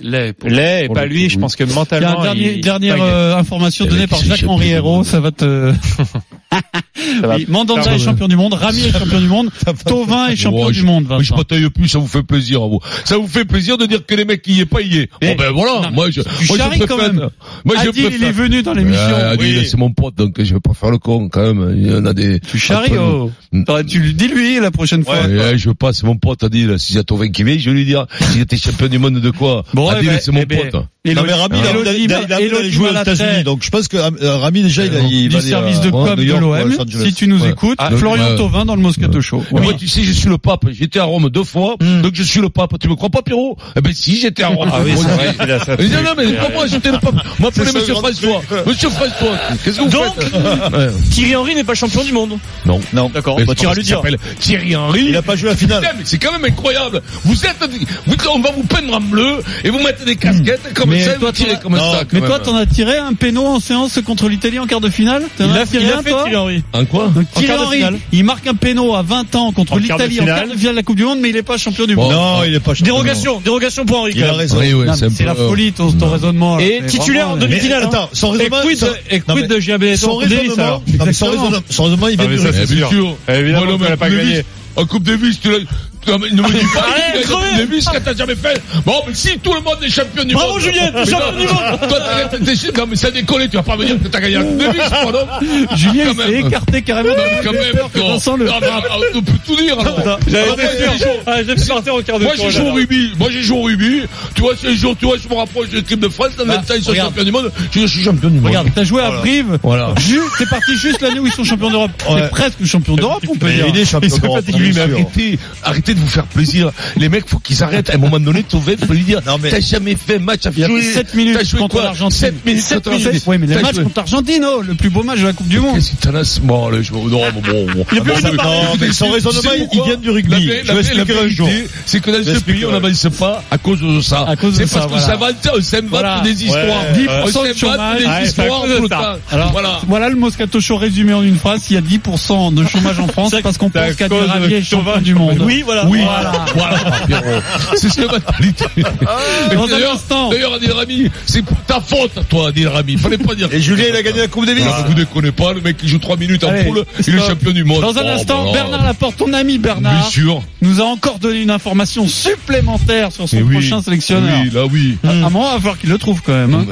[SPEAKER 10] l'est, et
[SPEAKER 9] pour
[SPEAKER 10] pas
[SPEAKER 9] le
[SPEAKER 10] lui.
[SPEAKER 9] coup,
[SPEAKER 10] Je
[SPEAKER 9] oui.
[SPEAKER 10] pense que
[SPEAKER 8] Il y a un
[SPEAKER 10] mentalement,
[SPEAKER 8] dernier,
[SPEAKER 10] il-
[SPEAKER 8] dernière
[SPEAKER 10] il-
[SPEAKER 8] euh, information
[SPEAKER 9] Le
[SPEAKER 8] donnée
[SPEAKER 9] mec,
[SPEAKER 8] par
[SPEAKER 9] il s'est
[SPEAKER 8] Jacques-Henri
[SPEAKER 9] échappé.
[SPEAKER 8] Hérault, ça va te...
[SPEAKER 10] ça va-
[SPEAKER 8] Oui, Mandanda
[SPEAKER 10] ça va-
[SPEAKER 8] est champion du monde, Rami est champion du monde, Tovin est champion
[SPEAKER 9] Ouais,
[SPEAKER 8] du
[SPEAKER 9] je-
[SPEAKER 8] monde.
[SPEAKER 9] mais je
[SPEAKER 8] Vincent.
[SPEAKER 9] bataille plus, ça vous fait plaisir à vous. Ça vous fait plaisir de dire que les mecs qui y est pas y est.
[SPEAKER 8] Mais-
[SPEAKER 9] Bon ben
[SPEAKER 8] Non,
[SPEAKER 9] voilà,
[SPEAKER 8] mais
[SPEAKER 9] moi je,
[SPEAKER 8] tu
[SPEAKER 9] moi, je
[SPEAKER 8] charries quand
[SPEAKER 9] préfère-
[SPEAKER 8] même.
[SPEAKER 9] Moi je
[SPEAKER 8] Adil, il
[SPEAKER 9] préfère-
[SPEAKER 8] est venu dans l'émission.
[SPEAKER 9] Ouais, Adil,
[SPEAKER 8] Oui.
[SPEAKER 9] c'est mon pote, donc je vais pas faire le con quand même. Il y en a des. Tu
[SPEAKER 8] charries, oh. Tu lui dis lui la prochaine fois.
[SPEAKER 9] je passe mon pote Adil. Si j'ai Tovin qui vient, je vais lui dire. Si j'étais champion du monde de quoi
[SPEAKER 8] Bon, ouais,
[SPEAKER 9] Adil,
[SPEAKER 8] bah,
[SPEAKER 9] c'est mon
[SPEAKER 8] eh ben,
[SPEAKER 9] pote.
[SPEAKER 8] et
[SPEAKER 6] hein. Non,
[SPEAKER 8] le-
[SPEAKER 6] mais Rami, il a- il a- il a- il a- il a
[SPEAKER 8] Elodie
[SPEAKER 6] joué aux
[SPEAKER 8] Malatray.
[SPEAKER 6] États-Unis. Donc, je pense que euh, Rami, déjà, il, a- il
[SPEAKER 8] du
[SPEAKER 6] va aller,
[SPEAKER 8] service
[SPEAKER 6] euh,
[SPEAKER 8] de
[SPEAKER 6] en
[SPEAKER 8] com
[SPEAKER 6] New
[SPEAKER 8] de
[SPEAKER 6] York,
[SPEAKER 8] l'OM,
[SPEAKER 6] ouais, Los Angeles.
[SPEAKER 8] si tu nous
[SPEAKER 6] Ouais.
[SPEAKER 8] écoutes,
[SPEAKER 9] Ah,
[SPEAKER 8] Florian
[SPEAKER 9] ouais.
[SPEAKER 8] Thauvin dans le Moscato Show.
[SPEAKER 9] Mais
[SPEAKER 8] Voilà.
[SPEAKER 9] Moi, tu sais, je suis le pape. J'étais à Rome deux fois,
[SPEAKER 5] Hmm.
[SPEAKER 9] donc je suis le pape. Tu me crois pas, Pierrot Eh ben si, j'étais à Rome.
[SPEAKER 10] Ah oui, c'est vrai qu'il a ça.
[SPEAKER 9] Mais non, non, mais c'est pas moi, j'étais le pape. Moi,
[SPEAKER 6] C'est
[SPEAKER 9] appelez
[SPEAKER 6] ça,
[SPEAKER 9] Monsieur
[SPEAKER 6] grand
[SPEAKER 9] François. Monsieur François, qu'est-ce que vous
[SPEAKER 5] Donc,
[SPEAKER 9] faites Ouais.
[SPEAKER 5] Thierry Henry n'est pas champion du monde.
[SPEAKER 9] Non.
[SPEAKER 6] Non.
[SPEAKER 5] D'accord.
[SPEAKER 9] Mais
[SPEAKER 5] Bah,
[SPEAKER 9] c'est
[SPEAKER 5] tu
[SPEAKER 9] pas
[SPEAKER 5] iras
[SPEAKER 9] parce
[SPEAKER 5] lui
[SPEAKER 9] qu'il
[SPEAKER 5] dire.
[SPEAKER 9] s'appelle Thierry Henry.
[SPEAKER 6] Il a pas joué la finale.
[SPEAKER 9] Putain, mais c'est quand même incroyable. Vous êtes, vous- on va vous peindre en bleu et vous mettez des casquettes comme
[SPEAKER 8] Mais
[SPEAKER 9] ça et vous
[SPEAKER 8] toi, t'en
[SPEAKER 9] tirez
[SPEAKER 8] as-
[SPEAKER 9] comme
[SPEAKER 8] Non,
[SPEAKER 9] ça. quand
[SPEAKER 8] mais
[SPEAKER 9] même.
[SPEAKER 8] toi, t'en as tiré un péno en séance contre l'Italie en quart de finale T'en
[SPEAKER 5] Il
[SPEAKER 8] as
[SPEAKER 5] a,
[SPEAKER 8] tiré
[SPEAKER 5] il a
[SPEAKER 8] un,
[SPEAKER 5] fait
[SPEAKER 8] toi
[SPEAKER 5] Thierry Henry.
[SPEAKER 9] En quoi
[SPEAKER 8] Donc Thierry
[SPEAKER 5] quart de
[SPEAKER 8] Henry,
[SPEAKER 5] finale.
[SPEAKER 8] il marque un péno à 20 ans contre
[SPEAKER 5] En quart de
[SPEAKER 8] l'Italie en quart
[SPEAKER 5] finale.
[SPEAKER 8] de finale de la Coupe du Monde, mais il est pas champion du monde.
[SPEAKER 6] Non, il est pas
[SPEAKER 5] Dérogation, dérogation pour Henry.
[SPEAKER 6] Il a raison.
[SPEAKER 9] Oui, oui,
[SPEAKER 8] Non, mais
[SPEAKER 9] c'est un
[SPEAKER 8] C'est
[SPEAKER 9] peu-
[SPEAKER 8] la folie ton, ton raisonnement. là.
[SPEAKER 5] Et
[SPEAKER 8] C'est
[SPEAKER 5] titulaire en
[SPEAKER 8] vraiment-
[SPEAKER 6] Mais
[SPEAKER 5] demi-finale. hein.
[SPEAKER 6] attends, son
[SPEAKER 5] Et
[SPEAKER 6] raisonnement,
[SPEAKER 5] quid
[SPEAKER 6] son-
[SPEAKER 5] de- et
[SPEAKER 6] Non,
[SPEAKER 5] quid
[SPEAKER 6] mais-
[SPEAKER 5] de Giabé
[SPEAKER 6] son raisonnement, non, mais son raisonnement, son raisonnement, il vient
[SPEAKER 10] Ah, mais
[SPEAKER 6] du
[SPEAKER 10] ça,
[SPEAKER 6] raisonnement.
[SPEAKER 10] c'est
[SPEAKER 9] bien
[SPEAKER 10] sûr.
[SPEAKER 9] sûr.
[SPEAKER 10] Évidemment
[SPEAKER 9] Moi, non,
[SPEAKER 10] qu'on
[SPEAKER 9] mais
[SPEAKER 10] l'a
[SPEAKER 9] la
[SPEAKER 10] pas
[SPEAKER 9] Coupe
[SPEAKER 10] gagné.
[SPEAKER 9] Davis, En Coupe Davis, tu l'as. Non, mais ne me dis pas
[SPEAKER 5] Allez,
[SPEAKER 9] que tu gagnes la
[SPEAKER 5] crevez.
[SPEAKER 9] Coupe Davis que t'as jamais fait. Bon, mais si tout le monde est champion du
[SPEAKER 5] Bravo,
[SPEAKER 9] monde.
[SPEAKER 5] Julien,
[SPEAKER 9] Mais
[SPEAKER 5] champion
[SPEAKER 9] non,
[SPEAKER 5] du monde.
[SPEAKER 9] Toi, t'as- t'es- t'es- non, mais ça a décollé. Tu vas pas me dire que t'as gagné la Coupe Davis, pardon.
[SPEAKER 8] Julien
[SPEAKER 9] Quand
[SPEAKER 8] il s'est
[SPEAKER 9] même.
[SPEAKER 8] écarté carrément.
[SPEAKER 9] Non, mais quand
[SPEAKER 8] J'ai
[SPEAKER 9] même,
[SPEAKER 8] peur que
[SPEAKER 9] non.
[SPEAKER 8] Vincent le-
[SPEAKER 9] Ah, bah, ah, on peut tout dire, alors.
[SPEAKER 6] Ah,
[SPEAKER 5] J'avais
[SPEAKER 9] Alors, moi,
[SPEAKER 5] fait
[SPEAKER 9] j'ai-
[SPEAKER 5] sûr. Ah, j'ai fait sortir au quart de
[SPEAKER 9] Moi
[SPEAKER 5] tour,
[SPEAKER 9] j'ai joué au
[SPEAKER 5] là.
[SPEAKER 9] rugby, moi j'ai joué au rugby, tu vois c'est jour, tu vois je me rapproche de l'équipe de France, dans le même temps ils sont
[SPEAKER 8] regarde.
[SPEAKER 9] champions du monde, je suis champion du monde.
[SPEAKER 8] Regarde, t'as joué à Brive.
[SPEAKER 9] Voilà.
[SPEAKER 8] Ju- T'es parti juste l'année où ils sont champions d'Europe.
[SPEAKER 6] Ouais.
[SPEAKER 8] T'es presque champion d'Europe, on peut
[SPEAKER 6] Mais
[SPEAKER 8] dire.
[SPEAKER 6] il est champion
[SPEAKER 8] Ils sont
[SPEAKER 6] d'Europe,
[SPEAKER 8] fatigués.
[SPEAKER 6] bien
[SPEAKER 9] Oui, mais
[SPEAKER 6] sûr.
[SPEAKER 9] arrêtez, arrêtez de vous faire plaisir. Les mecs, faut qu'ils arrêtent. À un moment donné, Tovin, faut lui dire,
[SPEAKER 6] Non, mais-
[SPEAKER 9] t'as jamais fait match à
[SPEAKER 8] Il y a
[SPEAKER 9] jouer-
[SPEAKER 8] 7
[SPEAKER 9] t'as
[SPEAKER 8] minutes
[SPEAKER 9] joué
[SPEAKER 8] contre
[SPEAKER 9] quoi
[SPEAKER 8] l'Argentine.
[SPEAKER 9] 7 minutes
[SPEAKER 8] 7
[SPEAKER 9] contre l'Argentine.
[SPEAKER 8] Ouais, mais le
[SPEAKER 9] T'as
[SPEAKER 8] match
[SPEAKER 9] joué-
[SPEAKER 8] contre l'Argentine, oh, le plus beau match de la Coupe du Monde.
[SPEAKER 9] Qu'est-ce que t'en as, bon, allez, je me- non, bon, bon, bon.
[SPEAKER 6] a plus envie de parler. Non,
[SPEAKER 9] Tu
[SPEAKER 6] mais son
[SPEAKER 9] sais
[SPEAKER 6] raisonnement, il
[SPEAKER 9] pourquoi
[SPEAKER 6] vient du rugby.
[SPEAKER 9] La vé-
[SPEAKER 6] Je
[SPEAKER 9] la
[SPEAKER 6] vais
[SPEAKER 9] vé- la
[SPEAKER 6] expliquer un
[SPEAKER 9] vérité,
[SPEAKER 6] jour.
[SPEAKER 9] C'est que dans ce
[SPEAKER 6] expliquer,
[SPEAKER 9] pays, on
[SPEAKER 6] ouais.
[SPEAKER 9] n'avance pas à cause de ça.
[SPEAKER 8] À cause de
[SPEAKER 9] C'est
[SPEAKER 8] ça,
[SPEAKER 9] parce qu'on
[SPEAKER 8] voilà.
[SPEAKER 9] s'invente, on s'invente
[SPEAKER 8] Voilà.
[SPEAKER 9] des histoires.
[SPEAKER 8] Ouais. 10%
[SPEAKER 9] On
[SPEAKER 8] de
[SPEAKER 9] s'invente
[SPEAKER 8] chômage.
[SPEAKER 9] des
[SPEAKER 8] Ouais, c'est à
[SPEAKER 9] histoires
[SPEAKER 8] cause de
[SPEAKER 9] pour le
[SPEAKER 8] ça.
[SPEAKER 9] temps.
[SPEAKER 8] Alors,
[SPEAKER 9] Voilà.
[SPEAKER 8] voilà le Moscato Show résumé en une phrase. Il y a 10% de chômage en France parce qu'on pense qu'Adil Ravier est champion du monde.
[SPEAKER 5] Oui, voilà.
[SPEAKER 9] Oui,
[SPEAKER 8] Voilà.
[SPEAKER 9] voilà, Pierrot. C'est ce que mentalité. Et
[SPEAKER 8] Dans un
[SPEAKER 9] d'ailleurs-
[SPEAKER 8] instant.
[SPEAKER 9] D'ailleurs, Adil Rami, c'est pour ta faute, toi, Adil Rami. Fallait pas dire.
[SPEAKER 6] Et Julien, il a gagné la Coupe Davis.
[SPEAKER 9] Voilà, Ah, Vous ne connaissez pas, le mec qui joue 3 minutes en
[SPEAKER 8] Allez,
[SPEAKER 9] poule, il est
[SPEAKER 8] stop.
[SPEAKER 9] champion du monde.
[SPEAKER 8] Dans un
[SPEAKER 9] Oh,
[SPEAKER 8] instant,
[SPEAKER 9] voilà.
[SPEAKER 8] Bernard Laporte, ton ami
[SPEAKER 9] Bien
[SPEAKER 8] Bernard,
[SPEAKER 9] sûr.
[SPEAKER 8] nous a encore donné une information supplémentaire sur son
[SPEAKER 9] Eh oui.
[SPEAKER 8] prochain sélectionneur.
[SPEAKER 9] Oui, là oui.
[SPEAKER 8] À un moment, on va voir qu'il le trouve quand même. hein.